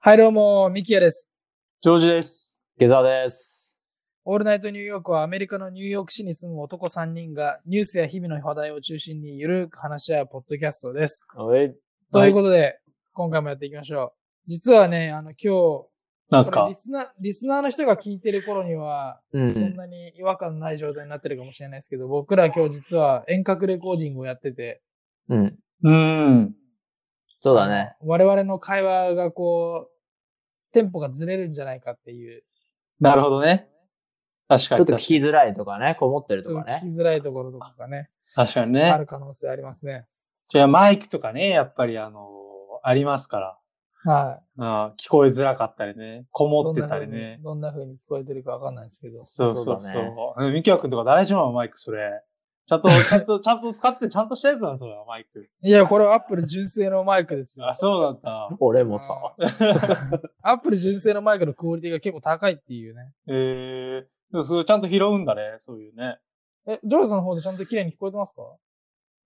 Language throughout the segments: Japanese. はい、どうも、ミキヤです。ジョージです。下沢です。オールナイトニューヨークはアメリカのニューヨーク市に住む男3人がニュースや日々の話題を中心にゆるく話し合うポッドキャストです。はい。ということで、今回もやっていきましょう。実はね、あの、今日、なんすこれかリスナー、リスナーの人が聞いてる頃には、うそん。なに違和感ない状態になってるかもしれないですけど、僕ら今日実は遠隔レコーディングをやってて、うん。うーん。そうだね。我々の会話がこう、テンポがずれるんじゃないかっていう、なるほどね。確かちょにっと確聞かきづらいとかね、こもってるちとょかっと聞きね。づらいところとかがね、に。確かにあね。る可能性ありますね。じゃあマイクとかね、やっぱりあのーありますから。はい。あー聞こえづらかったりね。こもどっんてなた風りにね。どんな風に聞こえてるかわかんないですけど。そうそうそう。そうだねうんミキワ君とか大丈夫なのマイクそれ。ちゃんと、ちゃんと、ちゃんと使って、ちゃんとしたやつなのそれは、マイク。いや、これはアップル純正のマイクですよ。あ、そう だっ俺もさ。アップル純正のマイクのクオリティが結構高いっていうね。た。えー。でもそれちゃんと拾うんだね、そういうね。え、ジョージさんの方でちゃんと綺麗に聞こえてますか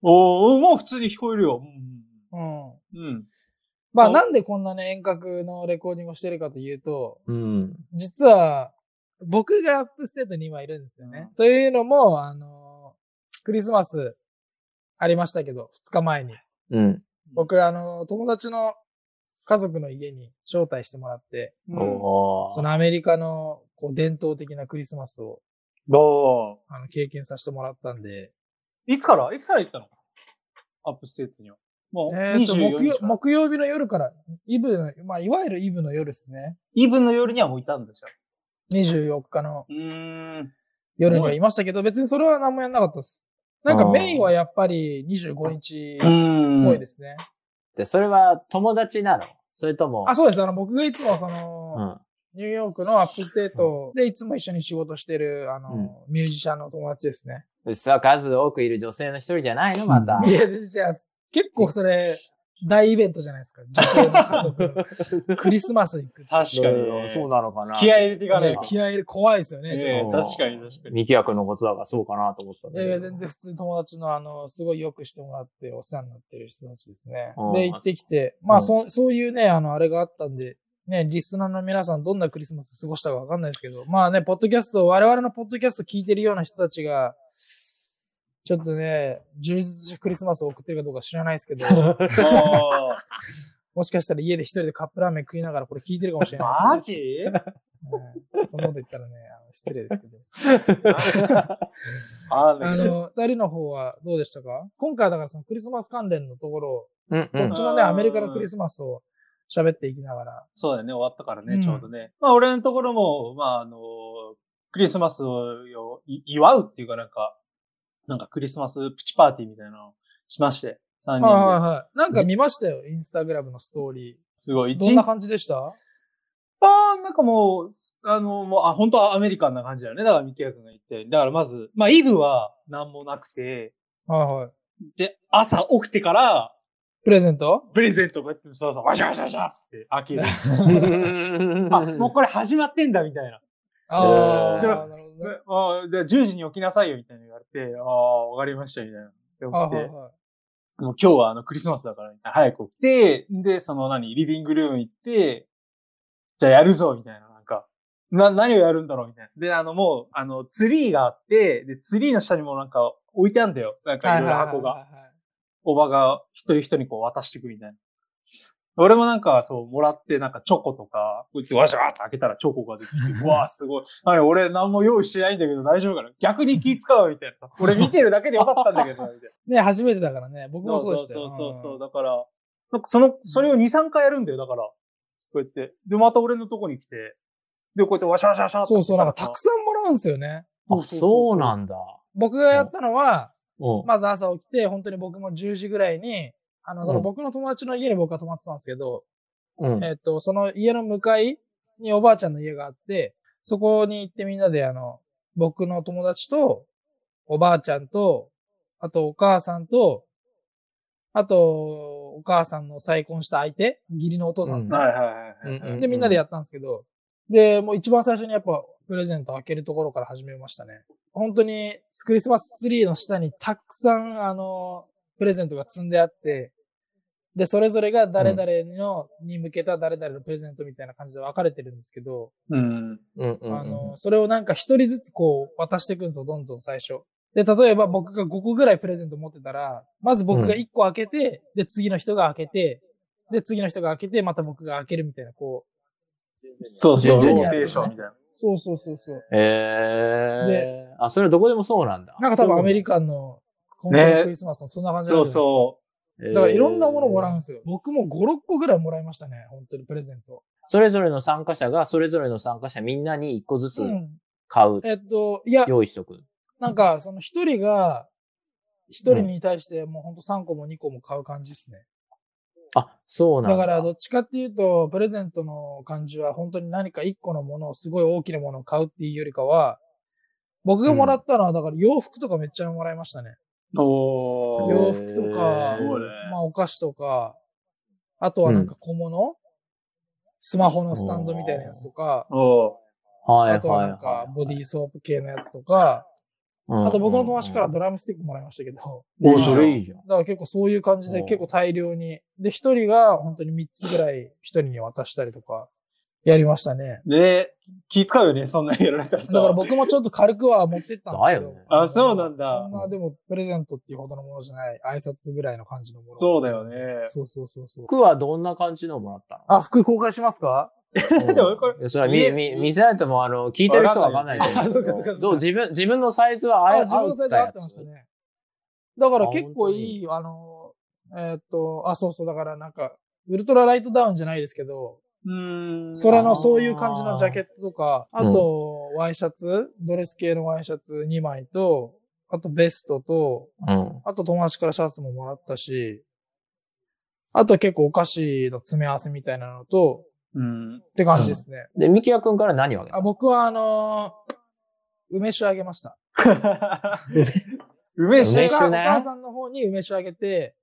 おー、もう普通に聞こえるよ。うん。うん。うん。まあおなんでこんなね、遠隔のレコーディングをしてるかというと、うん。実は、僕がアップステートに今いるんですよね。というのも、あの、クリスマスありましたけど、2日前に。うん。僕、あの、友達の家族の家に招待してもらって、うん。おおそー。のアメリカのこう伝統的なクリスマスをー。あの経験させてもらったんで、いつからいつから行ったのアップステートには。もう、えーと木24曜日から木曜日の夜から、イブの、まあ、いわゆるイブの夜ですね。イブの夜にはもういたんですよ。 24日のうーん。夜にはいましたけど、別にそれは何もやんなかったです。なんかメインはやっぱり25日っんぽいですね。で、それは友達なのそれとも、あ、そうです。あの、僕がいつもそうの、ん。ニューヨークのアップステートでいつも一緒に仕事してる、あの、ミュージシャンの友達ですね。実は数多くいる女性の一人じゃないのまたい。や、全然違います。結構それ、大イベントじゃないですか。女性の家族の。クリスマスに行く。確かにね、そうなのかな。気合入れていかやねねえか。気合い入れ怖いですよね。ねちょっえうん確かに確かに。ミキヤ君のことだからそうかなと思ったんとだいやいけや、ど全。然普通に友達の、あの、すごいよくしてもらって、お世話になってる人たちですねう。んで、行ってきて、まうあ、んそう、そういうね、あの、あれがあったんで、ね、リスナーの皆さんどんなクリスマス過ごしたかわかんないですけど、まあね、ポッドキャスト、我々のポッドキャスト聞いてるような人たちが、ちょっとね、充実したクリスマスを送ってるかどうか知らないですけど、 おーもしかしたら家で一人でカップラーメン食いながらこれ聞いてるかもしれないですけどマジはいそんなこと言ったらね、あの失礼ですけど。あーあだけどの、二人の方はどうでしたか今回はだからそのクリスマス関連のところを、うんうこんっちのね、あーアメリカのクリスマスを喋っていきながら。そうだよね、終わったからうんね、ちょうどね。まあ、俺のところも、まあ、あの、クリスマスをい祝うっていうかなんか、なんかクリスマスプチパーティーみたいなのをしまして、3はい人で。はいはい。なんか見ましたよ、インスタグラムのストーリすごい、ー。一どん日な感じでしたああ、なんかもう、あの、もう、あ、本当はアメリカンな感じだよね。だから、ミキヤ君が言って。だから、まず、まあ、イブは何もなくて、はいはい。で、朝起きてから、プレゼントプレゼントこうやって、そうそう、わしゃわしゃわしゃっつって 開ける。 あ、うん。もうこれ始まってんだ、みたいな。ああ、えーなるほどでね。あーで10時に起きなさいよ、みたいな言われて、ああ、わかりました、みたいな。で起はいきはいはて、い。もう今日はあの、クリスマスだから、みたいな早く起きて、で、その何、リビングルーム行って、じゃあやるぞ、みたいな、なんか。な、何をやるんだろうみたいな。で、あの、もう、あの、ツリーがあって、で、ツリーの下にもなんか置いてあるんだよ。なんかいろいろ箱が。はいはいはいはい。おばが一人一人にこう渡していくみたいな。俺もなんかそう、もらって、なんかチョコとか、こうやってわしゃわーって開けたらチョコが出てきて、うわあすごい。あれ、俺何も用意してないんだけど大丈夫かな逆に気使うみたいな。俺見てるだけでよかったんだけど、みたいな。ね、初めてだからね。僕もそうでしたそよ。うそうそう。んだから、なんかその、それを2、3回やるんだよ、だから。こうやって。で、また俺のとこに来て、で、こうやってワシャワシャワシャってそうそう、なんか開けたらくささんもらうんですよね。あ、そうなんだ。僕がやったのは、うん。まず朝起きて、本当に僕も10時ぐらいに、あの、そのうん僕の友達の家に僕は泊まってたんですけど、うん。えっと、その家の向かいにおばあちゃんの家があって、そこに行ってみんなで、あの、僕の友達と、おばあちゃんと、あとお母さんと、あと、お母さんの再婚した相手、義理のお父さんですね。はいはいはいはい。うんで、みんなでやったんですけど、で、もう一番最初にやっぱプレゼント開けるところから始めましたね。本当にクリスマスツリーの下にたくさんあの、プレゼントが積んであって、で、それぞれが誰々の、に向けた誰々のプレゼントみたいな感じで分かれてるんですけど、ううん。んうんうん。あの、それをなんか一人ずつこう渡していくんですよ、どんどん最初。で、例えば僕が5個ぐらいプレゼント持ってたら、まず僕が1個開けて、で、次の人が開けて、で、次の人が開けて、また僕が開けるみたいな、こう。そうそ順う、ロ々にーやテるーションみたいな。そうそうそうそう。ええー。あ、それはどこでもそうなんだ。なんか多分アメリカ、カンの今回のクリスマスもそんな感じなんそでうすか。そうそそう。だからいろんなものもらうんえーですよ。僕も5、6個ぐらいもらいましたね、本当にプレゼント。それぞれの参加者が、それぞれの参加者みんなに一個ずつうん。買う。えっと、いや、用意しとく。なんか、その一人が、一人に対してもうほんと3個も2個も買う感じですね。あ、そうなんだだ。から、どっちかっていうと、プレゼントの感じは本当に何か1個のものを、すごい大きなものを買うっていうよりかは、僕がもらったのは、だから洋服とかめっちゃもらいましたね。う。お洋ー。服とかえーすごいねまあ、お菓子とか、あとはなんか小物、スマホのスタンドみたいなやつとか、おー。はいあとははいなんはかい。ボディーソープ系のやつとか、うんあと僕の友達からドラムスティックもらいましたけど、うんお、それいいじゃん。だから結構そういう感じでうん結構大量に。で、一人が本当に3つぐらい一人に渡したりとか、やりましたね。で、気使うよね、そんなにやられたらさ。だから僕もちょっと軽くは持ってったんですけだどよね。あそうなんだそんなでもプレゼントっていうほどのものじゃない、挨拶ぐらいの感じのもの。そうだよね。そうそうそうそう。服はどんな感じのもらったあ、服公開しますか のでもこれうんいやそれは見、見、見せないともうあの、聞いてる人はわかんないと思うけどあそうかそうかそうかどう自分、自分のサイズはああ、え自分のサイズ合ってました。ね。だから結構いい、あの、えーっと、あ、そうそう、だからなんか、ウルトラライトダウンじゃないですけど、うーん。それのあーそういう感じのジャケットとか、あうんと、ワイシャツ、ドレス系のワイシャツ2枚と、あとベストと、合うん。あと友達からシャツももらったし、あと結構お菓子の詰め合わせみたいなのと、 うん。って感じですね。で、ミキヤ君から何をあげたあ僕はあのー梅酒あげました。梅酒梅お酒母 ねお母さんの方に梅酒あげて、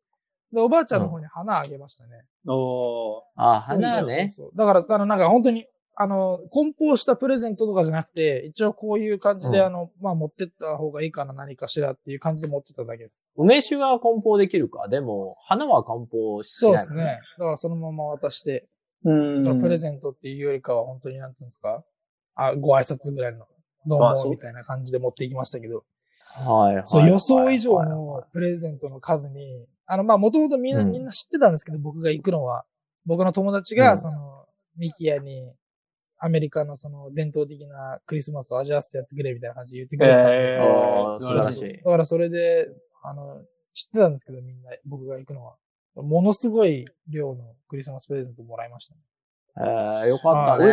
で、おばあちゃんの方に花あげましたね。おー。あ、そうそうそう花ね。そうだから、あの、なんか本当に、あの、梱包したプレゼントとかじゃなくて、一応こういう感じで、うんあの、まあ、持ってった方がいいかな、何かしらっていう感じで持ってっただけです。梅酒は梱包できるか。でも、花は梱包しそうなでいすの。ね。だからそのまま渡して、うだからプレンゼントっていうよりかは本当になんていうんですかあ、ご挨拶ぐらいの、どうあそも、うみたいな感じで持っていきましたけど、はいはい。そう、予想以上はいはいのプレゼントの数に、あの、まあ、もともとみんな、うんみんな知ってたんですけど、僕が行くのは、僕の友達うが、んその、ミキヤに、アメリカのその、伝統的なクリスマスを味わわせてやってくれ、みたいな感じで言ってくれてたんでえーあー素素晴晴ららしいしいだ。からそれで、あの、知ってたんですけど、みんな、僕が行くのは。ものすごい量のクリスマスプレゼントもらいましたね。えー、よかった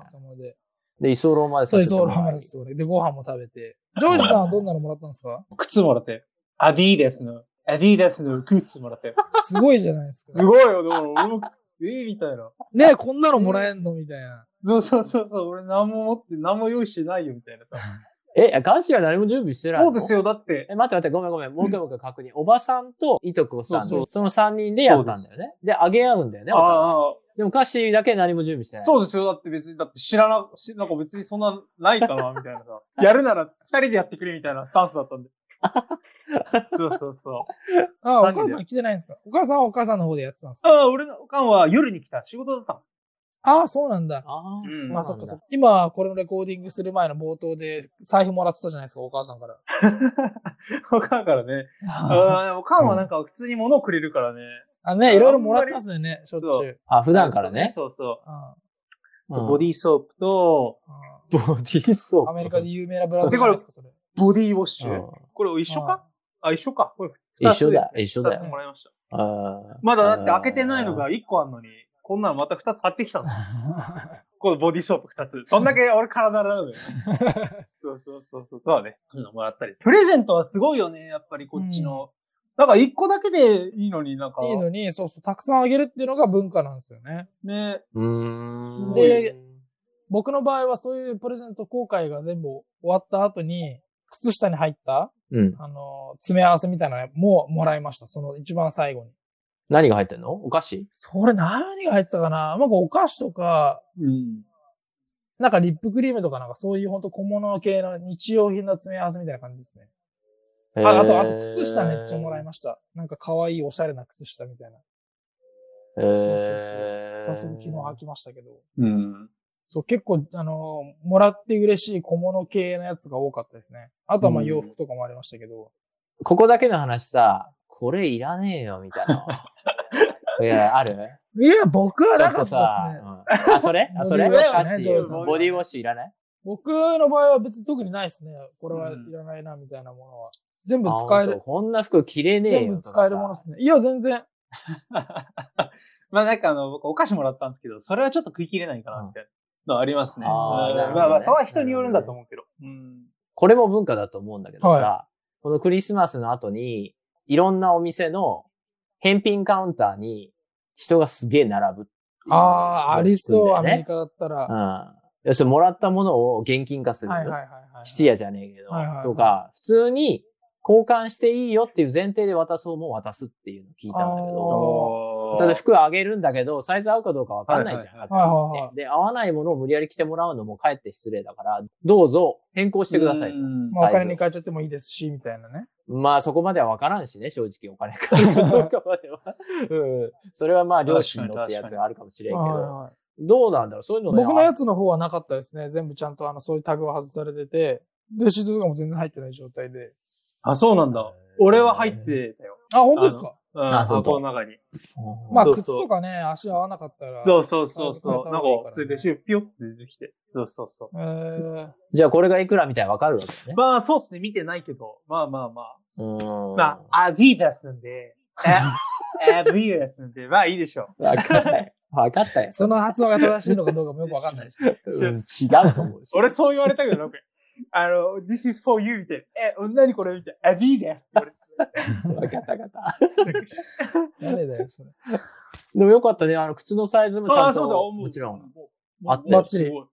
ね。そので。で、居候までそさうでせす、てそうもでらすそうでいす、そうですで、ご飯も食べて。ジョージさんはどんなのもらったんです かト。靴もらって。アディーダスの、アディーダスの靴もらって。すごいじゃないですすか。ごいよ、でも俺も、ええみたいな。ねこんなのもらえんのみたいな。そうそうそう、そう俺何も持って、何も用意してないよ、みたいな。え、ガチは誰も準備してないのそうですよ、だって。え、待って待って、ごめんごめん。もう一回もう一回確認。おばさんといとこさんそうそで、その三人でやったんだよね。で、あげ合うんだよね。お互いあでも歌詞だけ何も準備してなあ、い。そうですよ、だって別に、だって知らな、しなんか別にそんなないかな、みたいなさ。やるなら二人でやってくれ、みたいなスタンスだったんで。そうそうそう。あ、お何で母さん来てないんですかお母さんはお母さんの方でやってたんですかああ、俺のおかんは夜に来た。仕事だった。あそうなんだ。あうんーそうなんだ。まあそっかそっか。今、これのレコーディングする前の冒頭で財布もらってたじゃないですか、お母さんから。おかんからね。あ ああ、でもおかんはなんか普通に物をくれるからね。ね、いろいろもらってますよね、しょっちそゅう。あ、普段からね。そうそうう。ボディィーソープと、んー、ボディーソーうんプ。アメリカで有名なブランドじゃないですか、それ。ボディーウォッシうュん。これ一緒かあ、一緒か。これ一緒だ、一緒だ2つよ。もらいました。あーまだだって開けてないのが1個あんのに、こんなのまた2つ買ってきたの。このボディーソープ2つ。どんだけ俺体な のよ。そうそうそうそう。そうだね。そういうのもらったり。プレゼントはすごいよね、やっぱりこっちの。なんか1個だけでいいのになんか。いいのに、そうそう、たくさんあげるっていうのが文化なんですよね。ね。うーん。で、僕の場合はそういうプレゼント公開が全部終わった後に、靴下に入った、うん。あの、詰め合わせみたいなのももらいました、その一番最後に。何が入ってんのお菓子それ何が入ってたかななんかお菓子とか、うん。なんかリップクリームとかなんかそういう本当小物系の日用品の詰め合わせみたいな感じですね。ああと、あと靴下めっちゃもらいました。なんか可愛いおしゃれな靴下みたいな。えそうそう早ー、速昨日履きましたけど。うん。そう、結構、あのーもらって嬉しい小物系のやつが多かったですね。あとはまあうん洋服とかもありましたけど。ここだけの話さ、これいらねえよ、みたい な。いや、あるいや、僕はちょなっかとったですね。さ、うんあ、それあ、それボディウォッシあュねしゾウさんボディウォッシュいらない僕の場合は別に特にないですね。これはいらないな、みたいなものは。全部使えあほんると。こんな服着れねえよ。全部使えるものですね。いや、全然。まあなんかあの、僕お菓子もらったんですけど、それはちょっと食い切れないかな、みたいなのありますね。うんあーうんなるほどねまあまあ、それは人によるんだと思うけど。うん。これも文化だと思うんだけどさ、はこのクリスマスの後に、いろんなお店の返品カウンターに人がすげえ並ぶっていうああ、ありそう、アメリカ。カだったら。はうん。要するにもらったものを現金化すいる。はいはいはい。質屋じゃねえけど、はいはいはいとか、普通に交換していいよっていう前提で渡そうも渡すっていうのを聞いたんだけあーど、おただ服あげるんだけど、サイズ合うかどうかわかんないじゃん。ははいっはきいはいはいり言ってで、合わないものを無理やり着てもらうのも帰って失礼だから、どうぞ変更してください。うんまあ、おサイ金ズに変えちゃってもいいですし、みたいなね。まあそこまではわからんしね、正直お金かかるか どうかまでは。うん。それはまあ両親のってやつがあるかもしれんけはいど、はいどうなんだろうそういうのね僕のやつの方はなかったですね。全部ちゃんとあの、そういうタグは外されてて、レシートとかも全然入ってない状態で。あ、そうなんだ。俺は入っ。てたよ。あ、本当ですかうん、あ本当箱の中に。うんまあ、そう靴とかね、足合わなかったら。。そううそうそうそう。あなんかそうか、それでシュッピョって出てきて。そうそうそう。えー、じゃあこれがいくらみたいなわかるわけね。まあ、そうっすね。見てないけど。まあまあまあ。うんまあ、アビーダスなんで。 え、アビーダスなんで。まあいいでしょわかった よ。わかったよ。その発音が正しいのかどうかもよくわかんないです。うん、違うと思うしう。。俺そう言われたけど、なんか、あの、this is for you みたいな。え、何これみたいな。アビーダスってわかったわかった。言われて。誰だよ、それ。でもよかったね。あの、靴のサイズもちゃあんあ、そうだ。と、もうもちろん。。もうあってばっちり。もう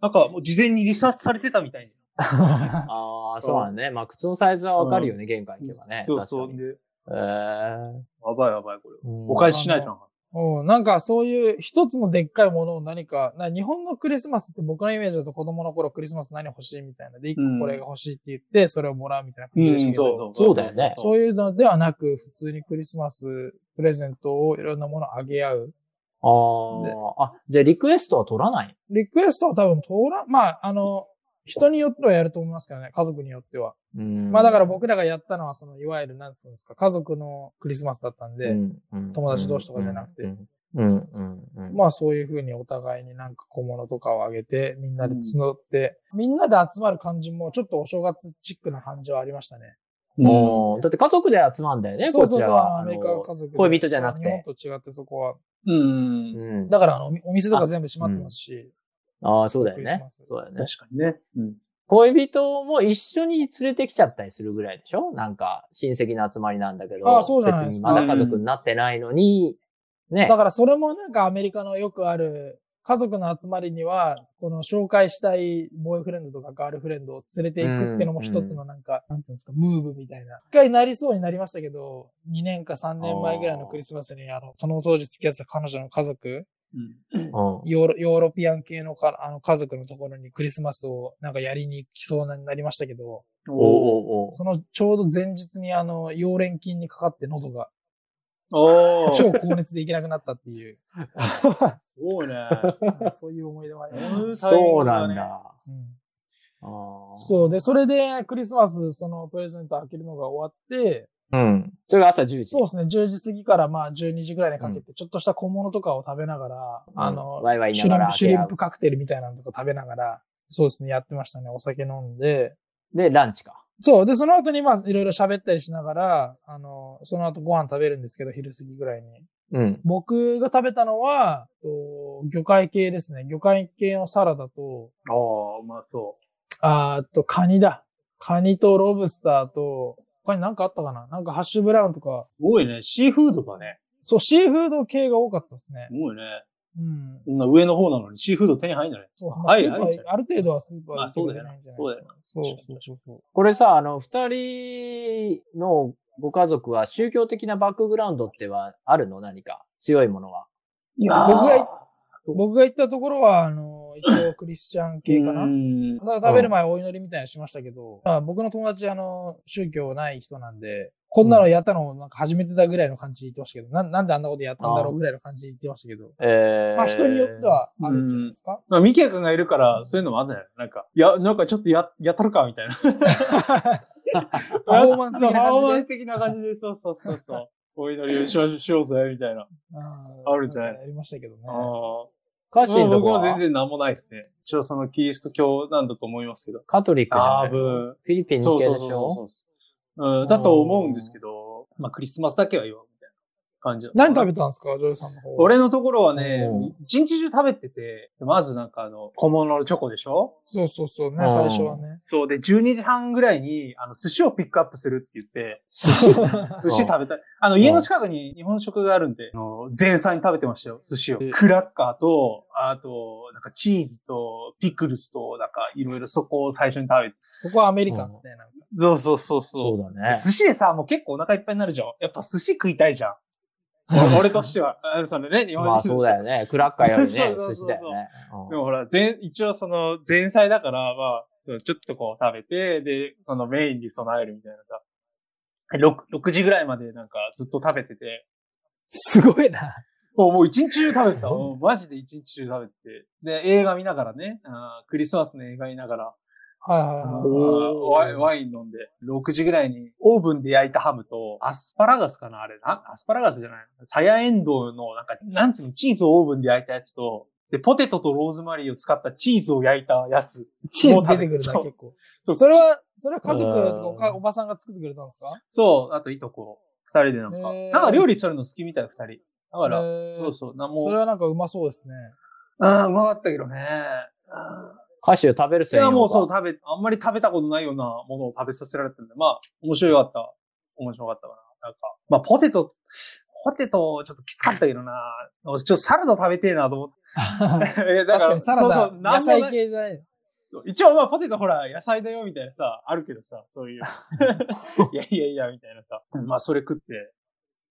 なんか、もう事前にリサーチされてたみたいああ、そうなんだね。まあ、靴のサイズはわかるよね。玄関行けばなね。。そうそう。確で、かに。えやばいやばい、これ。ーうんお返ししないとな。うん、なんかそういう一つのでっかいものを何か、な日本のクリスマスって僕のイメージだと子供の頃クリスマス何欲しいみたいな。で、一うん個これが欲しいって言って、それをもらうみたいな感じでしたけど、そうだよねそういうのではなく、普通にクリスマスプレゼントをいろんなものあげ合う。あーあ、じゃあリクエストは取らないリクエストは多分通らん、まあ、あの、人によってはやると思いますけどね、家族によっては。まあだから僕らがやったのは、その、いわゆる、なんつうんですか、家族のクリスマスだったんで、友達同士とかじゃなくてうん、うん、うんうんうん。まあそういうふうにお互いになんか小物とかをあげて、みんなで募って、みんなで集まる感じもちょっとお正月チックな感じはありましたね。ももう、だって家族で集まんだよね、そこうそうちそらう、は。アメリカ家族で恋人じゃなくてそう日本と違ってそこは。う。うん。うん。だからあの、おお店とか全部閉まってますし。ああ、そうだよクリスねマ。スそうだよね。確かにね。うん。恋人も一緒に連れてきちゃったりするぐらいでしょなんか、親戚の集まりなんだけど。ああそうじゃないですか別にまだ家族になってないのに、ね。だからそれもなんかアメリカのよくある、家族の集まりには、この紹介したいボーイフレンドとかガールフレンドを連れていくってのも一つのなんか、なんつうんですか、ムーブみたいな。一回なりそうになりましたけど、2年か3年前ぐらいのクリスマスに、あの、その当時付き合ってた彼女の家族、うんヨーロヨーロピアン系のかあの家族のところにクリスマスをなんかやりに行きそうになりましたけど、おおおうおうおうそのちょうど前日にあの、溶連菌にかかって喉がお お超高熱でいけなくなったっていう、多いね。そういう思い出もあります。うんそうなんだ。うんああそう。で、それで、クリスマス、その、プレゼント開けるのが終わって、うん。それが朝10時。そうですね、10時過ぎから、まあ、12時ぐらいにかけて、ちょっとした小物とかを食べながら、うんあの、ワイワイ言シいュなリンがらプ、開シュリけ合ンうプカクテルみたいなのとか食べながら、そうですね、やってましたね。お酒飲んで。で、ランチか。そう。で、その後に、まあ、いろいろ喋ったりしながら、あの、その後ご飯食べるんですけど、昼過ぎぐらいに。うん。僕が食べたのは、と魚介系ですね。魚介系のサラダと、ああ、うまそあーっと、カニだ。カニとロブスターと、他に何かあったかななんかハッシュブラウンとか。う。多いね。シーフードがね。そう、シーフード系が多かったですね。多いね。うん。こんな上の方なのにシーフード手に入んない。そうそう、まあ、はスいーパー、はいある程度はスーパーまあそうだよな行けばいいんじゃないですか。そうそうそうそう。これさ、あの、二人のご家族は宗教的なバックグラウンドってはあるの何か強いものは。いやー僕が僕が行ったところは、あの、一応クリスチャン系かな。うんただ食べる前お祈りみたいにしましたけど、まあ、僕の友達、あの、宗教ない人なんで、こんなのやったのをなんか初めてだぐらいの感じで言ってましたけど、なんなんであんなことやったんだろうぐらいの感じで言ってましたけど、えー、まあ人によって。はあるんじゃないですか。まあ、ミキヤ君がいるから、そういうのもあるんだよ。なんか、いや、なんかちょっとや、やったるか、み たいな。パフォーマンス的なパフォーマ感ンじス的な感 じで、そうそうそうそう。お祈りをしましようぜ、みたいな。で。あるんじゃないんかありましたけどね。ああ。歌詞のと僕こはは全然なんもないですね。一応そのキリスト教なんだと思いますけど。カトリックじゃな多いフ分。ィリピン系でしそょうそうそうそううん。だと思うんですけど、まあクリスマスだけは言わんみたいな感じだ何食べたんですか、ジョイさんの方。俺のところはねうん、一日中食べてて、まずなんかあの、小物のチョコでしょそうそうそうねう、ん最初はね。そう。で、12時半ぐらいに、あの、寿司をピックアップするって言 って、寿司食べたい。あの、家の近くに日本食があるんで、あの前菜に食べてましたよ、寿司を。クラッカーと、あと、なんかチーズと、ピクルスと、なんかいろいろそこを最初に食べて。そこはアメリカンですね、なんか。そうそうそうそうう。だね。寿司でさ、もう結構お腹いっぱいになるじゃん。やっぱ寿司食いたいじゃん。俺俺としては。あのそのね、日本人まあそうだよね。クラッカーよ りね、そうそうそうそう寿司だよね。でもほら、前、一応その前菜だから、まあ、そのちょっとこう食べて、で、そのメインに備えるみたいなさ。6, 6時ぐらいまでなんかずっと食べてて、すごいな。もうもう一日中食べてた。もうマジで一日中食べてて。で、映画見ながらね、あークリスマスの映画見ながら、はいはあいーはい。ワインワイン飲んで、6時ぐらいにオーブンで焼いたハムと、アスパラガスかなあれ、なアスパラガスじゃないサヤエンドウの、なんか、なんつうの、チーズをオーブンで焼いたやつと、で、ポテトとローズマリーを使ったチーズを焼いたやつ。チーズ出てくるな、もう食べ結構。そうそれは、それは家族とうかおんかおばさんが作ってくれたんですかそう、あといとこ、二人でなんか、へーなんか料理するの好きみたい、二人。だあから、そそうそう、なんも、れはなんかうまそうです ね。うん、うまかったけどね。歌詞を食べるそれ専は用もうそう、か。食べ、あんまり食べたことないようなものを食べさせられたんで、まあ、面白かった。面白かったかな。なんか、まあ、ポテト、ポテト、ちょっときつかったけどな。ちょっとサラダ食べてえなと 思って。確確かにサラダ、野菜。なんもない系じゃない。そう一応まあ、ポテトほら、野菜だよみたいなさ、あるけど さ、そういう。いやいやいや、みたいなさ。まあ、それ食って、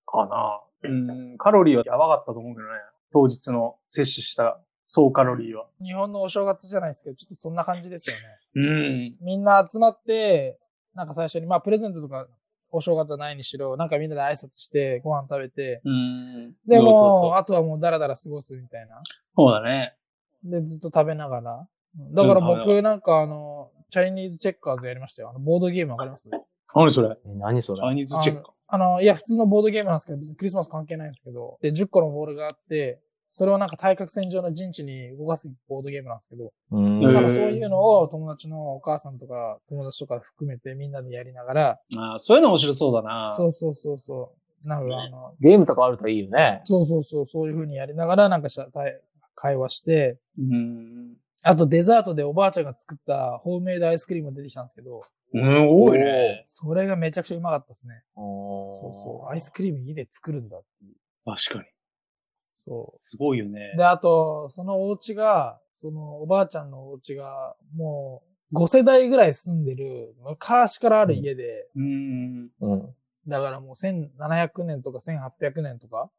かな。うん、カロリーはやばかったと思うけどね。当日の摂取した総カロリーは。日本のお正月じゃないですけど、ちょっとそんな感じですよね。うん。みんな集まって、なんか最初に、まあプレゼントとか、お正月はないにしろ、なんかみんなで挨拶して、ご飯食べて、うん。で、そうそうもそうう、あとはもうダラダラ過ごすみたいな。そうだね。で、ずっと食べながら。だからう僕なんかあの、チャイニーズチェッカーズやりましたよ。あの、ボードゲームわかります何それえ何それチャイニーズチェックか。あの、いや、普通のボードゲームなんですけど、別にクリスマス関係ないんですけど、で、10個のボールがあって、それをなんか対角線上の陣地に動かすボードゲームなんですけど、うんへーなんかそういうのを友達のお母さんとか友達とか含めてみんなでやりながら、ああ、そういうの面白そうだな。そうそうそうそう、なんかあの、ゲームとかあるといいよね。そうそうそう、そういう風にやりながらなんかした対会話して、うん。あとデザートでおばあちゃんが作ったホームメイドアイスクリーム出てきたんですけど、うん、多いね。それがめちゃくちゃうまかったですね。おーそうそう。アイスクリーム家で作るんだ。確かに。そう。すごいよね。で、あと、そのお家が、そのおばあちゃんのお家が、もう、5世代ぐらい住んでる、昔からある家で、うん。うん。だからもう1700年とか1800年とか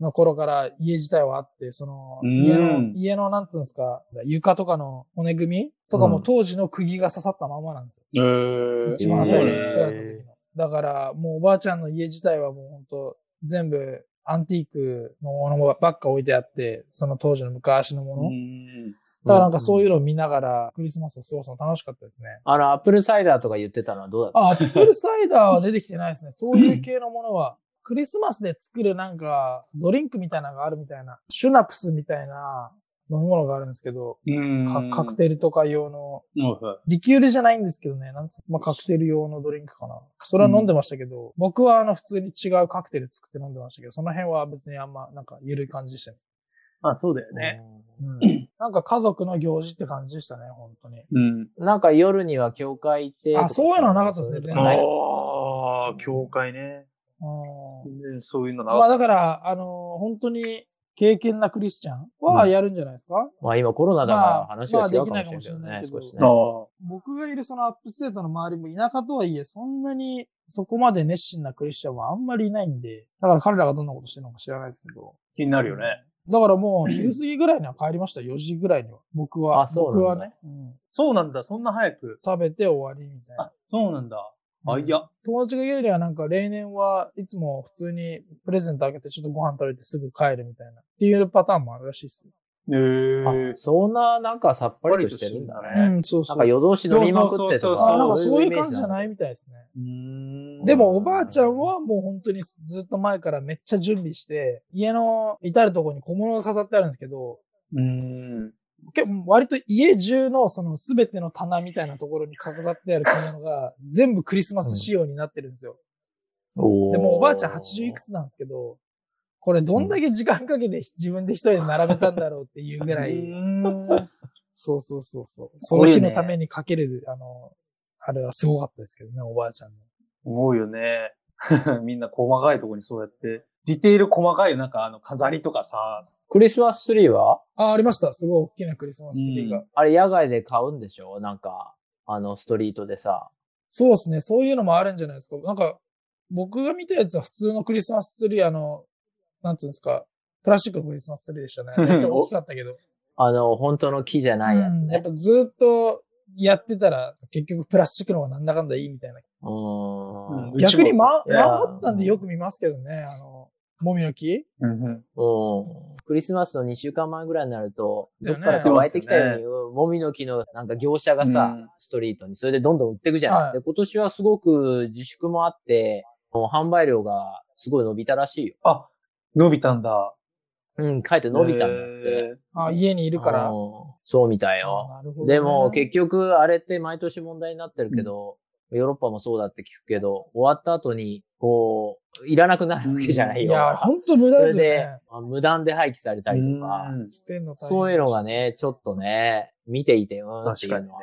の頃から家自体はあって、その、うん家の、家のなんつうんですか、床とかの骨組みとかもうん当時の釘が刺さったままなんですよ。えー一番最初に作られえた時の。だから、もうおばあちゃんの家自体はもうほんと、全部アンティークのものばっか置いてあって、その当時の昔のもの。うんだからなんかそういうの。のを見ながら、クリスマスを過ごすの楽しかったですね。あの、アップルサイダーとか言ってたのはどうだったあ、アップルサイダーは出てきてないですね。そういう系のものは。クリスマスで作るなんか、ドリンクみたいなのがあるみたいな、シュナプスみたいな飲み物があるんですけど、かうん。カクテルとか用の、そうそうリキュールじゃないんですけどね、なんつまあ、カクテル用のドリンクかな。それは飲んでましたけど、僕はあの普通に違うカクテル作って飲んでましたけど、その辺は別にあんまなんか緩い感じでしたね。まあ、そうだよのね。。うん。 なんか家族の行事って感じでしたね、本当に。うん。なんか夜には教会行ってとか。あそういうのはなかったですね全然あないあ、教会ね。うん全然そういうのなまあかっ。だから、あのー本当に、経験なクリスチャンはやるんじゃないですか、まあ今コロナだからまあ話が違うかもしれないまあできないけどねかもしれないけど少したね。あ僕がいるそのアップステートの周りも田舎とはいえ、そんなにそこまで熱心なクリスチャンはあんまりいないんで、だから彼らがどんなことしてるのか知らないですけど。気になるよね。だからもう昼過ぎぐらいには帰りました。4時ぐらいには。僕は。あそうなん僕だはね、うんそうなんだ、そんな早く。食べて終わりみたいな。あ、そうなんだ。あ、いや。友達が言うにはなんか例年はいつも普通にプレゼントあげてちょっとご飯食べてすぐ帰るみたいなっていうパターンもあるらしいですよ。えーあ、そんな、なんかさっぱりとしてるんだね。うん、そうそなうんか。夜通し飲みまくってそうそとうそうそうあか。あ、なんかそういう感じじゃいないみたいですね。うーんでもおばあちゃんはもう本当にずっと前からめっちゃ準備して、家の至るところに小物が飾ってあるんですけど、うーん。結構割と家中のその全ての棚みたいなところに飾ってある着物が全部クリスマス仕様になってるんですよ。おーでもおばあちゃん80いくつなんですけど、これどんだけ時間かけて自分で一人で並べたんだろうっていうぐら うい、ーんそうそうそうそう。その日のためにかける、あの、あれはすごかったですけどね、おばあちゃんの。思うよね。 みんな細かいところにそうやって。ディテール細かい、なんかあの飾りとかさ。クリスマスツリーはあ、ありました。すごい大きなクリスマスツリーが。うんあれ野外で買うんでしょなんか、あの、ストリートでさ。そうですね。そういうのもあるんじゃないですか。なんか、僕が見たやつは普通のクリスマスツリー、あの、なんつうんですか、プラスチックのクリスマスツリーでしたね。うんめっちゃ大きかったけど。あの、本当の木じゃないやつうんやっね。ぱずっとやってたら、結局プラスチックの方がなんだかんだいいみたいな。うーん。うちも逆にマいマやンハッタンでよく見ますけどね、あの、もみの木うんうん。クリスマスの2週間前ぐらいになると、だどよっねからか湧いてきたように、うんもみの木のなんか業者がさ、うんストリートに、それでどんどん売っていくじゃない、はいで、今年はすごく自粛もあって、もう販売量がすごい伸びたらしいよ。あ、伸びたんだ。うん、帰って伸びたんだって。へーあ家にいるから。うんそうみたいよ。なるほどねでも結局あれって毎年問題になってるけど、ヨーロッパもそうだって聞くけど、終わった後に、こう、いらなくなるわけじゃないいよ。や、ほんと無そ駄でれすよでね。、あ無断で廃棄されたりとか、うん捨てんの大変そういうのがね、ちょっとね、見ていて、うんっていうのはあるみたい確かにな。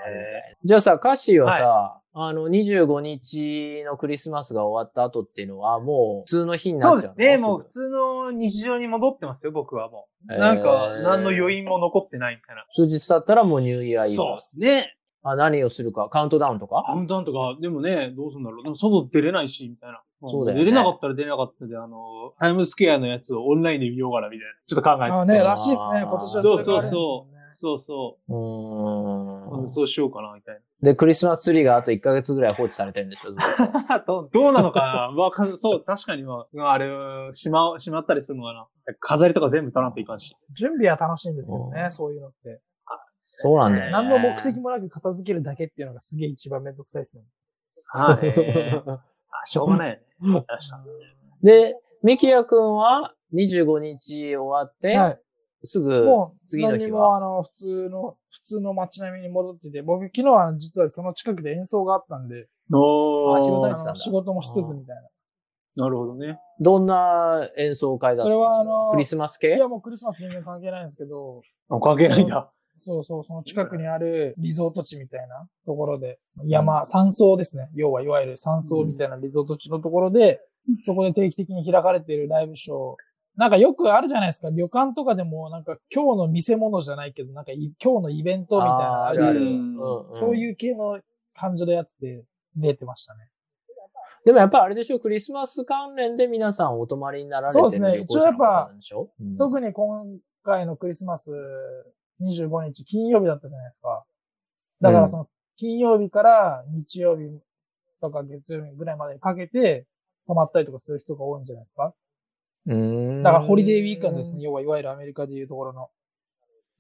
じゃあさ、歌詞はさ、あの、25日のクリスマスが終わった後っていうのは、もう普通の日になっちゃうそのうですね。もう普通の日常に戻ってますよ、僕はもう。えーなんか、何の余韻も残ってないみたいな。数日経ったらもうニューイヤーイブそうですね。あ、何をするか、カウントダウンとカかウンターとか、でもね、どうするんだろう。でも外出れないし、みたいな。そうだよね出れなかったら出れなかったで、あの、タイムスクエアのやつをオンラインで見ようかな、みたいな。ちょっと考えて。あね、らしいですね。今年はそうれそがあうるんですもそんねう。そうそううーん。ん。そうしようかな、みたいで、クリスマスツリーがあと1ヶ月ぐらい放置されてるんでしょ、ずっ と。な。 どうなのかなわかんそう、確かにまあ、あれ、しま、しまったりするのかな。飾りとか全部取らんといかんし。準備は楽しいんですけどねう、んそういうのって。そうなんだよ、ね。何の目的もなく片付けるだけっていうのがすげえ一番めんどくさいですね。はい、 あ、しょうがないよね。確 か にで、ミキヤくんは25日終わって、はい。すぐ、もう、次の日は何にもあの、普通の、普通の街並みに戻ってて、僕昨日は実はその近くで演奏があったんで、おーあ仕事あ入ってたんだの仕事もしつつみたいなるほどね。どんな演奏会だったそれはあのクリスマスな。系いや、もうクリスマス全然関係ないんですけど、あ関係ないんだ。そうそう、その近くにあるリゾート地みたいなところで、山、山荘ですね。要は、いわゆる山荘みたいなリゾート地のところで、そこで定期的に開かれているライブショー。なんかよくあるじゃないですか。旅館とかでも、なんか今日の見せ物じゃないけど、なんかい今日のイベントみたいなのあるじゃないですか。そうう。いう系の感じのやつで出てましたね。でもやっぱりあれでしょ、クリスマス関連で皆さんお泊まりになられてそうるですね旅行者の方なんでしょうん特に今回のクリスマス25日金曜日だったじゃないですか。だからその金曜日から日曜日とか月曜日ぐらいまでにかけて泊まったりとかする人が多いんじゃないですか。うんだからホリデーウィークエンドですね。。要はいわゆるアメリカでいうところの。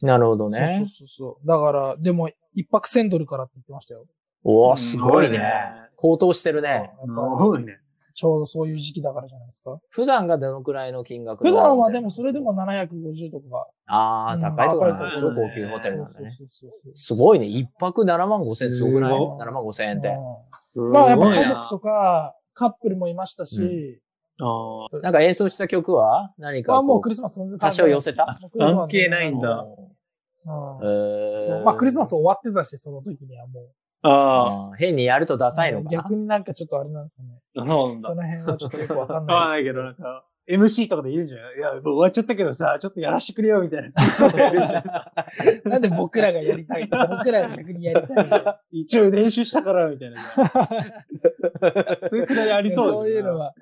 なるほどね。そうそうそうそう。だから、でも一泊1000ドルからって言ってましたよ。おおすごいね。高騰してるね。やっすぱごいね。ちょうどそういう時期だからじゃないですか。普段がどのくらいの金額な普の段はでもそれで。も750とかああ、高いところだうとん超高級ホテルそなんうだそうね。そうそうすごいね。一泊7万5千円すごくない ?7 すごい万5千円って。うんまあやっぱ家族とか。かカップルもいましたし、うあーなんか演奏した曲は何かこまあもうクリスマス全然関係ないです多少寄せたもうクリスマス関係ないんだうんえーそうまあクリスマス終わってたし、その時にはもう。ああー変にやるとダサいのかな逆。になんかちょっとあれなんですよね。ー、なんだそ。の辺はちょっとよくわかんわかんなないいでけす。ど、なんか、MC とかで言うんじゃないいや、もう終わっちゃったけどさ、ちょっとやらしてくれよ、みたいな。 なんで僕らがやりたい僕らが逆にやりたいの一応練習したから、みたいな。そういうくだりありそうだなそういうの。は、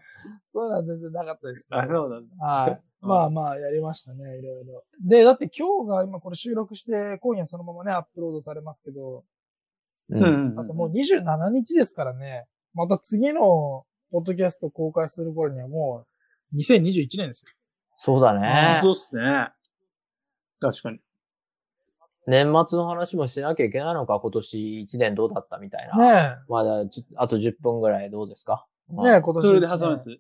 そういうのは全然なかったですけどあ、そうなんだ。はい。まあまあ、やりましたね、いろいろ。で、だって今日が今これ収録して、今夜そのままね、アップロードされますけど、う。うんん。あともう27日ですからね。また次の、ポッドキャスト公開する頃にはもう、2021年ですよ。そうだね。そうっすね。確かに。年末の話もしなきゃいけないのか、今年1年どうだったみたいな。ねまだちょ、あと10分ぐらいどうですかえ。ねえ、今年それで一挟年むやつ。い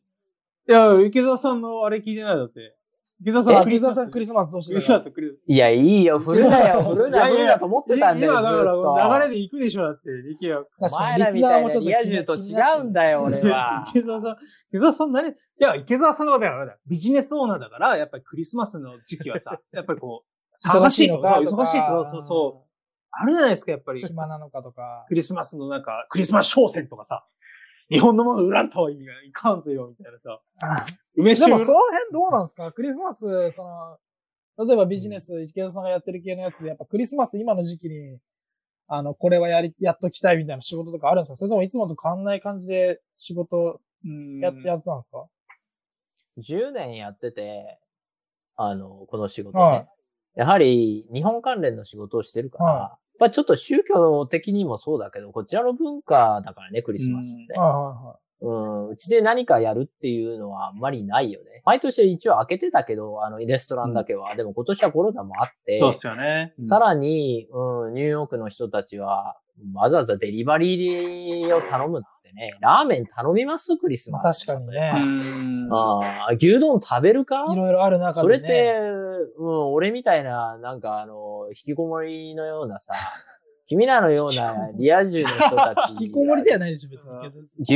や、池澤さんのあれ聞いてないだって。池澤さんあは池澤さんクリスマスどうしてクリたスマかス、クリスマス。いや、いいよ、振るなよ、振るいな、やい振やるなと思ってたんだよ。今だからずっと流れで行くでしょ、だって。池は。確おか前に、らリスみナたーいもなちょっとリア充と違うんだ。だよ、俺は。 池澤さん、池澤さん何いや、池澤さんのことだから、ビジネスオーナーだから、やっぱりクリスマスの時期はさ、やっぱりこう、忙しいのか忙しいととかか、そうそう。あるじゃないですか、やっぱり。暇なのかとか。クリスマスのなんか、クリスマス商戦とかさ、日本のもの売らんとはいいかんぜよ、みたいなさ。梅で酒もその辺どうなんですかクリスマス、その、例えばビジネス、池田さんがやってる系のやつで、やっぱクリスマス今の時期に、あの、これはやり、やっときたいみたいな仕事とかあるんですかそれともいつもと変わんない感じで仕事うんやって、やってたんですか10年やってて、あの、この仕事はね。やはり、日本関連の仕事をしてるから、はいやっぱちょっと宗教的にもそうだけど、こちらの文化だからね、クリスマスってはい。はいはい。うん、うちで何かやるっていうのはあんまりないよね。毎年一応開けてたけど、あの、レストランだけは。でも今年はコロナもあって、そうっすよね。さらに、うん、ニューヨークの人たちは、わざわざデリバリーを頼むってね、ラーメン頼みますクリスまマあス。確かにうね。ん。ああ、牛丼食べるかいろいろある中そで、れね。って、うん、俺みたいな、なんかあの、引きこもりのよう なさ、君らのようなリア充の人たち。引きこもりではないでしょ、別にう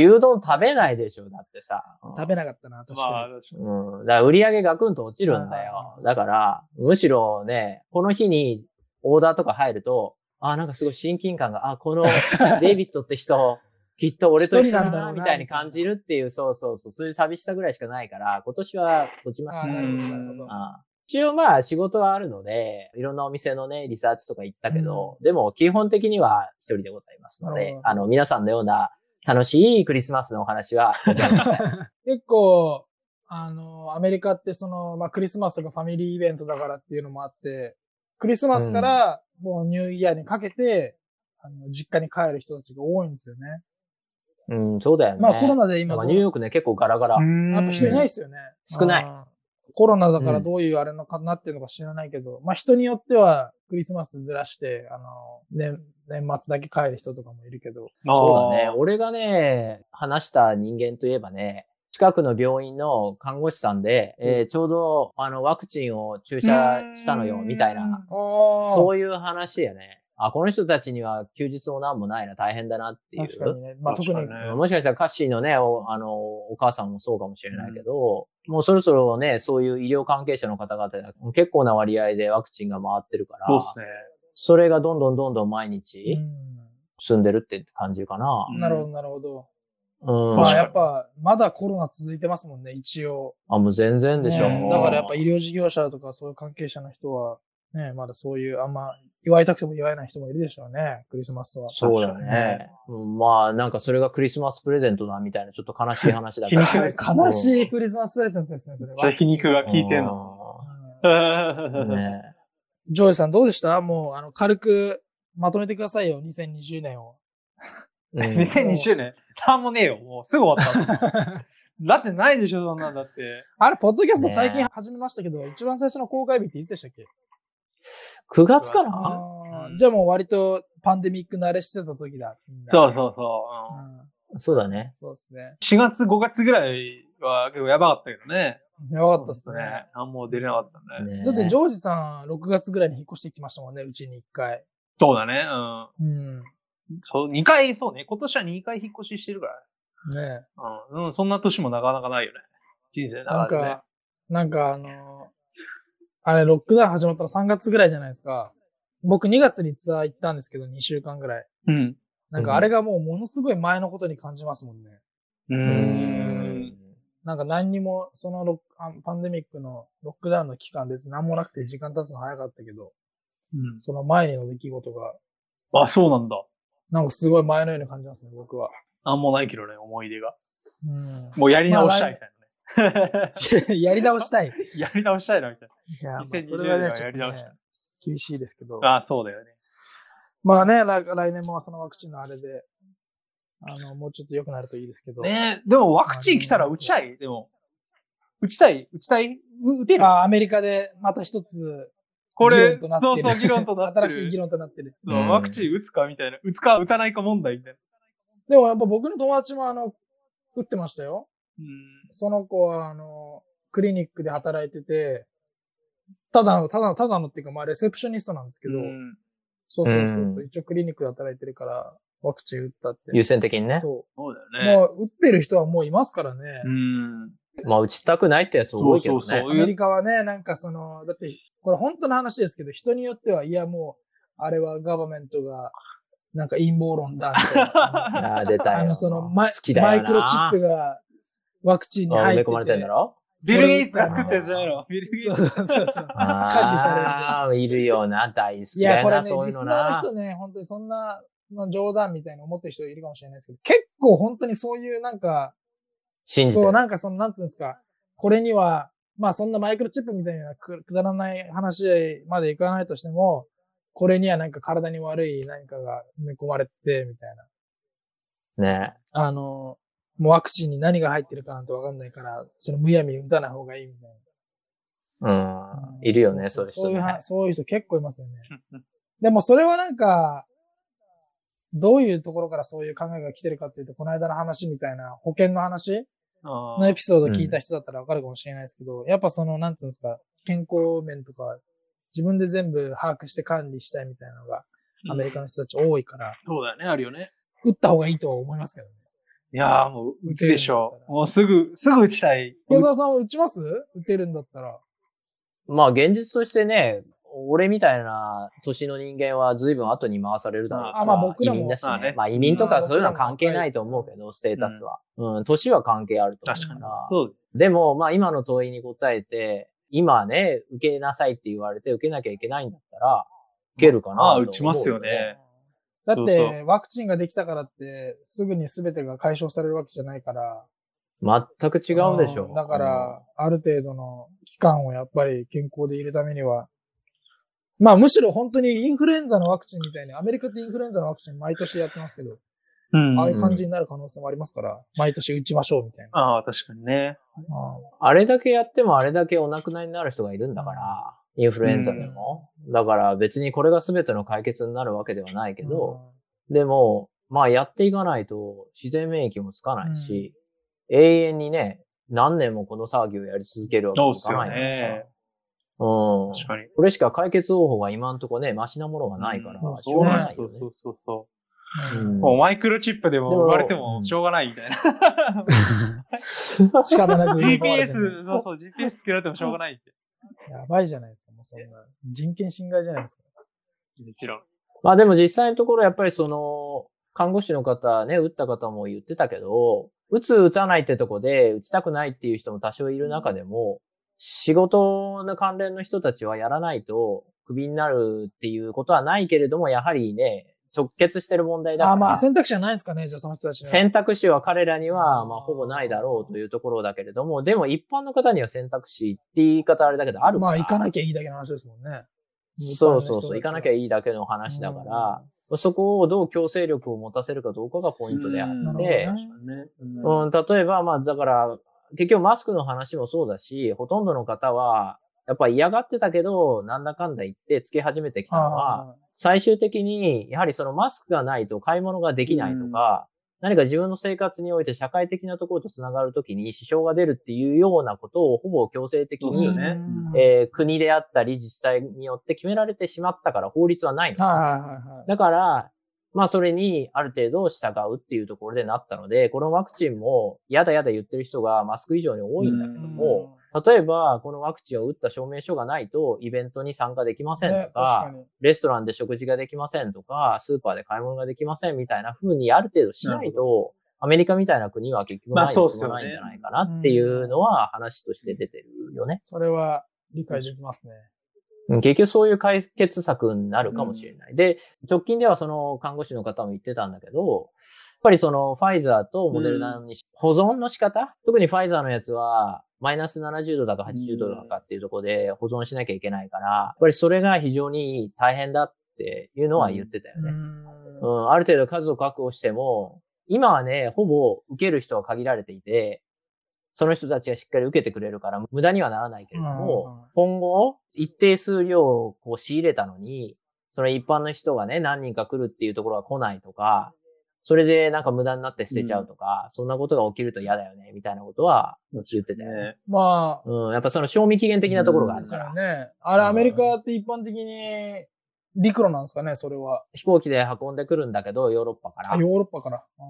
ん。牛丼食べないでしょ、だってさ。食べなかったな、確かに。まあ、確かにうん。だから売り上げガクンと落ちるんだはよい。だから、むしろね、この日にオーダーとか入ると、あ、なんかすごい親近感が、あ、このデイビッドって人、きっと俺と一緒一人なだんだろうなな、みたいに感じるっていう、そうそうそう、そういう寂しさぐらいしかないから、今年は落ちましたあーなね。るほど、なるほど。ああ一応まあ仕事はあるので、いろんなお店のね、リサーチとか行ったけど、でも基本的には一人でございますのなるでほ、どあの、皆さんのような楽しいクリスマスのお 話はございません、結構、あの、アメリカってその、まあ、クリスマスがファミリーイベントだからっていうのもあって、クリスマスからもうニューイヤーにかけて、あの、実家に帰る人たちが多いんですよね。うん、そうだよね。まあ、コロナで今なんどかう、ニューヨークね、結構ガラガラ。やっぱ人いないですよね。少ないい。コロナだからどういうあれのかなってるのか知らないけど、まあ、人によってはクリスマスずらして、あの、年、年末だけ帰る人とかもいるけど、そうだね。俺がね、話した人間といえばね、近くの病院の看護師さんで、えーちょうど、あの、ワクチンを注射したのよ、みたいな。。そそういう話やね。あ、この人たちには休日も何もないな、大変だなっていう。確かにね。まあ、特に、確かにねもしかしたらカッシーのね、おあの、お母さんもそうかもしれないけど、もうそろそろね、そういう医療関係者の方々が結構な割合でワクチンが回ってるから、そうっすね。それがどんどんどんどん毎日うん進んでるって感じかな。なるほど、なるほど。うん。ま確あかにやっぱ、まだコロナ続いてますもんね、一応。あ、もう全然でしょ。ねもうだからやっぱ医療事業者とかそういう関係者の人は、ね、まだそういう、あんま、祝いたくても祝えない人もいるでしょうね、クリスマスは。そうだね。うんまあ、なんかそれがクリスマスプレゼントだみたいな、ちょっと悲しい話だけど。悲し悲しいクリスマスプレゼントですね、それは。じゃあ皮肉が効いてんのさ。の。うん ねうんジョージさんどうでしたもう、あの、軽くまとめてくださいよ、2020年を。うん2020年、なんもねえよ。もうすぐ終わった。 だってないでしょ、そんなんだって。あれ、ポッドキャストね最近始めましたけど、一番最初の公開日っていつでしたっけ9月かなあうーんじゃあもう割とパンデミック慣れしてた時だ。みんなそうそうそうううん。ん。そうだね。そうですね。 4月、5月ぐらいは結構やばかったけどね。やばかったですね。ね。何も出れなかったね。ねだって、ジョージさん、6月ぐらいに引っ越してきましたもんね、うちに1回。そうだね。うん。うん。ねそう、2回、そうね。今年は2回引っ越ししてるから。うん。うん、そんな年もなかなかないよね。人生ななんかなかねか。、なんかあの、あれ、ロックダウン始まったの3月ぐらいじゃないですか。僕2月にツアー行ったんですけど、2週間ぐらい。うん。なんかあれがもうものすごい前のことに感じますもんね。うー。。うんなんか何にも、そのロックあパンデミックのロックダウンの期間別に何もなくて時間経つの早かったけど、うん。その前の出来事が、あ、そうなんだ。なんかすごい前のように感じますね、僕は。なんもないけどね、思い出が。 うん。もうやり直したいみたいなね。やり直したい。 やり直したいな、みたいいや、まあ2020それはね、年はちょやっりと直しね、厳しいですけど。な。あ、そうだよね。まあね、来来年もそのワクチンのあれで、あの、もうちょっと良くなるといいですけど。ねえ、でもワクチン来たら打ちたいでも。打ちたい打ちたいう打てるあーアメリカでまた一つ、こ議れ論とな、っそうてるそう、議論とな ってる。 新しい議論となってる。そううんワクチン打つかみたいな。打つか打たないか問題みたいな。でもやっぱ僕の友達もあの、打ってましたよ。うん。その子はあの、クリニックで働いてて、ただの、ただの、ただのっていうか、まあレセプショニストなんですけど、うんそうそうそうそう、うん一応クリニックで働いてるから、ワクチン打ったって。優先的にね。そそうだう。よね。もう打ってる人はもういますからね。うん。まあ、打ちたくないってやつ多いけどね。そうそうそうアメリカはね、なんかその、だって、これ本当の話ですけど、人によっては、いやもう、あれはガバメントが、なんか陰謀論だ、みたい な。ああ、出た よ。あの、そのマイ好きだよな。マイクロチップがワクチンにあ埋入っめてて。込まれてんだろビル・ゲイツが作ったやつじゃないのビル・ゲイツそう。そうそう そう。あ管理される。あー、いるよな。大好いきだや、よこれな、ね、そういリうのスナーのな。人ね、本当にそんなの冗談みたいな思ってる人いるかもしれないですけど、結構本当にそういうなんか、信じてそう、る。なんかその、なんていうんですか、これには、まあそんなマイクロチップみたいなくくだらない話までいかないとしても、これにはなんか体に悪い何かが埋め込まれてて、みたいな。ね。あの、もうワクチンに何が入ってるかなんてわかんないから、そのむやみに打たない方がいいみたいうんな。。いるよね、そうそいううそ人ういうはね。そういう人結構いますよね。でもそれはなんか、どういうところからそういう考えが来てるかっていうと、この間の話みたいな保険の話あのエピソード聞いた人だったらわかるかもしれないですけど、やっぱその、なんつうんですか、健康面とか、自分で全部把握して管理したいみたいなのが、ーアメリカの人たち多いから、そうだよね、あるよね。打った方がいいとは思いますけどね。いやーもう打つでしょう。もうすぐ、すぐ打ちたい。小沢さんは打ちます打てるんだったら。まあ、現実としてね、俺みたいな年の人間は随分後に回されるだろうから。あまあ僕らも移民だしまあねね。まあ移民とかそういうのは関係ないと思うけど、ステータスは。うん、年は関係あると確思うかにから。。そうでも、まあ今の問いに答えて、今ね、受けなさいって言われて受けなきゃいけないんだったら、受けるかなまあと思う打ちますよね。だって、そうそワクチンができたからって、すぐに全てが解消されるわけじゃないから。全く違うでしょん。だから、ある程度の期間をやっぱり健康でいるためには、まあむしろ本当にインフルエンザのワクチンみたいに、アメリカってインフルエンザのワクチン毎年やってますけど、うん。ああいうあ感じになる可能性もありますから、毎年打ちましょうみたいな。あー、確かにね。あれだけやってもあれだけお亡くなりになる人がいるんだから、インフルエンザでも。だから別にこれが全ての解決になるわけではないけど、でも、まあやっていかないと自然免疫もつかないし、永遠にね、何年もこの騒ぎをやり続けるわけにそうもっいすかよないからさ。ね。うん。確かに。これしか解決方法が今のとこね、マシなものがないからう、んしょうがななんいそようねそ。うそうそうう。んうんもうマイクロチップでもでも生まれてもしょうがないみたいな。仕方 なく奪われてる GPS、そうそう、GPS つけられてもしょうがないって。やばいじゃないですか、もうそんな。人権侵害じゃないですか。もちろん。まあでも実際のところやっぱりその、看護師の方ね、打った方も言ってたけど、打つ打たないってとこで、打ちたくないっていう人も多少いる中でも、仕事の関連の人たちはやらないと、クビになるっていうことはないけれども、やはりね、直結してる問題だかああ、ら。まあ選択肢はないですかね、じゃあその人たちの。選択肢は彼らには、まあ、ほぼないだろうというところだけれども、でも一般の方には選択肢って言い方あれだけど、あるかまら。あ行かなきゃいいだけの話ですもんね。そうそうそう、行かなきゃいいいだけの話だから、、そこをどう強制力を持たせるかどうかがポイントであうる。んなるほどでねううん、例えば、まあ、だから、結局マスクの話もそうだし、ほとんどの方は、やっぱ嫌がってたけど、なんだかんだ言ってつけ始めてきたのは、あ最終的に、やはりそのマスクがないと買い物ができないとか、何か自分の生活において社会的なところとつながるときに支障が出るっていうようなことをほぼ強制的そうですに、よねうんえー国であったり自治体によって決められてしまったから法律はないの。はいはいはいはい。だから、まあそれにある程度従うっていうところでなったので、このワクチンもやだやだ言ってる人がマスク以上に多いんだけども、例えばこのワクチンを打った証明書がないとイベントに参加できませんねとか、確かにレストランで食事ができませんとか、スーパーで買い物ができませんみたいな風にある程度しないと、アメリカみたいな国は結局まあ前にそうっ進すよまねないんじゃないかなっていうのは話として出てるよね。それは理解できますね。うん結局そういう解決策になるかもしれない。で、直近ではその看護師の方も言ってたんだけど、やっぱりそのファイザーとモデルナに保存の仕方、特にファイザーのやつはマイナス70度だか80度だかっていうところで保存しなきゃいけないから、やっぱりそれが非常に大変だっていうのは言ってたよね。うんうん、ある程度数を確保しても、今はね、ほぼ受ける人は限られていて、その人たちがしっかり受けてくれるから無駄にはならないけれどうんうんうもん、今後一定数量をこう仕入れたのに、その一般の人がね、何人か来るっていうところが来ないとか、それでなんか無駄になって捨てちゃうとか、そんなことが起きると嫌だよね、みたいなことは言ってたよね。ねまあ、うん、やっぱその賞味期限的なところがあでるすからよ。ね。あれ、アメリカって一般的に陸路なんですかね、それは。飛行機で運んでくるんだけど、ヨーロッパかあ、らヨ。ーロッパから。う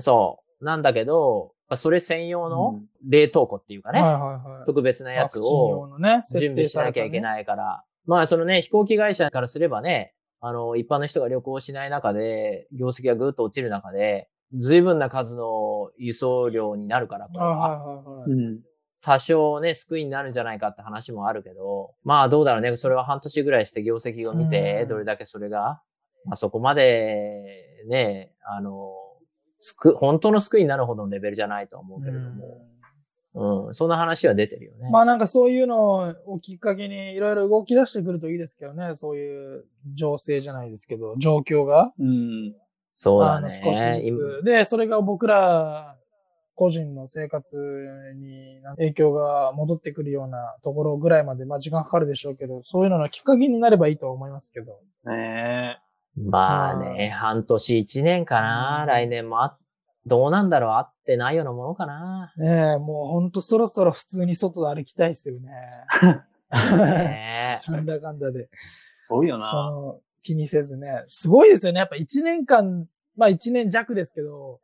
んそう。なんだけど、まあそれ専用のうん冷凍庫っていうかね、はいはいはい。特別なやワつクチン用をのね、設準備定しさなれきたゃねいけないから。まあそのね、飛行機会社からすればね、あの、一般の人が旅行しない中で、業績がぐーっと落ちる中で、随分な数の輸送量になるから、これあはいは。はいはい。うん。多少ね、救いになるんじゃないかって話もあるけど、まあどうだろうね、それは半年ぐらいして業績を見うて、んどれだけそれが、まあそこまでね、あの、救、本当の救いになるほどのレベルじゃないとは思うけれども、うん、そんな話は出てるよね。まあなんかそういうのをきっかけにいろいろ動き出してくるといいですけどね、そういう情勢じゃないですけど、状況が。うん。そうだあのね。少し今ずつ。で、それが僕ら個人の生活に影響が戻ってくるようなところぐらいまで、まあ時間かかるでしょうけど、そういうののきっかけになればいいとは思いますけど。ねまあね、半年一年かな、うん来年もあ、どうなんだろう、合ってないようなものかな。ねえ、もうほんとそろそろ普通に外で歩きたいですよね。 ねなんだかんだで。多いよそな。の、気にせずね。すごいですよね。やっぱ一年間、まあ一年弱ですけど、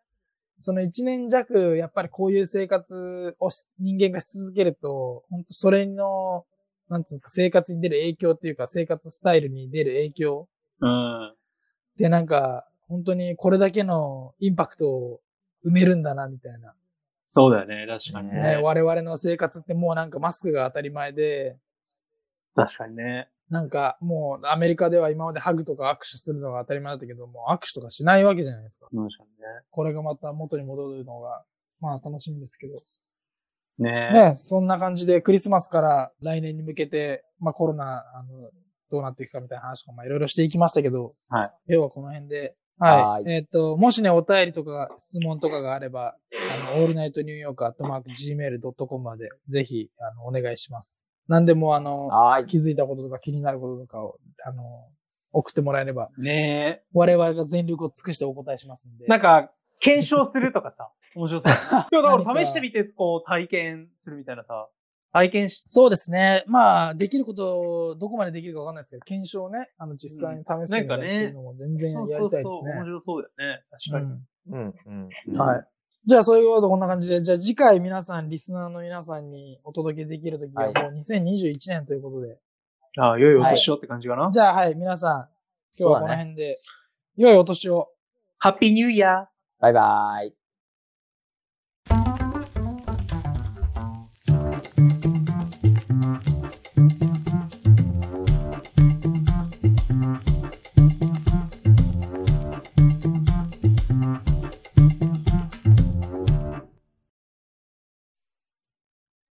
その一年弱、やっぱりこういう生活をし人間がし続けると、本当それの、なんつうんですか、生活に出る影響っていうか、生活スタイルに出る影響うん。でなんか、本当にこれだけのインパクトを埋めるんだな、みたいな。そうだよね。確かにえね、ね。我々の生活ってもうなんかマスクが当たり前で、確かにね。なんかもうアメリカでは今までハグとか握手するのが当たり前だったけど、もう握手とかしないわけじゃないですか。確かこれがまた元に戻るのが、まあ楽しみですけど。にね。ねね、そんな感じでクリスマスから来年に向けて、まあコロナ、あの、どうなっていくかみたいな話とか、まあいろいろしていきましたけど、はい。今日はこの辺で、は。はいいえっ、と、もしね、お便りとか質問とかがあれば、あの、オールナイトニューヨークアットマーク Gmail.com まで、ぜひ、あの、お願いします。何でも、あの、はい。気づいたこととか気になることとかを、あの、送ってもらえれば、ね我々が全力を尽くしてお答えしますんで。なんか、検証するとかさ、面白そう。今日だから試してみて、こう、体験するみたいなさ、体験し、そうですね。まあ、できること、どこまでできるかわかんないですけど、検証ね、あの、実際に試してみたりするのも全然そうやそりうたいそう、です面ね。白そうだよね。確かに。うん、うん。うんはい。じゃあ、そういうことでこんな感じで、じゃあ次回皆さん、リスナーの皆さんにお届けできる時ははいもう2021年ということで、ああ、良いお年をって感じかな。じゃあはい、皆さん、今日はこの辺で、良いお年を。ハッピーニューイヤーバイバイ。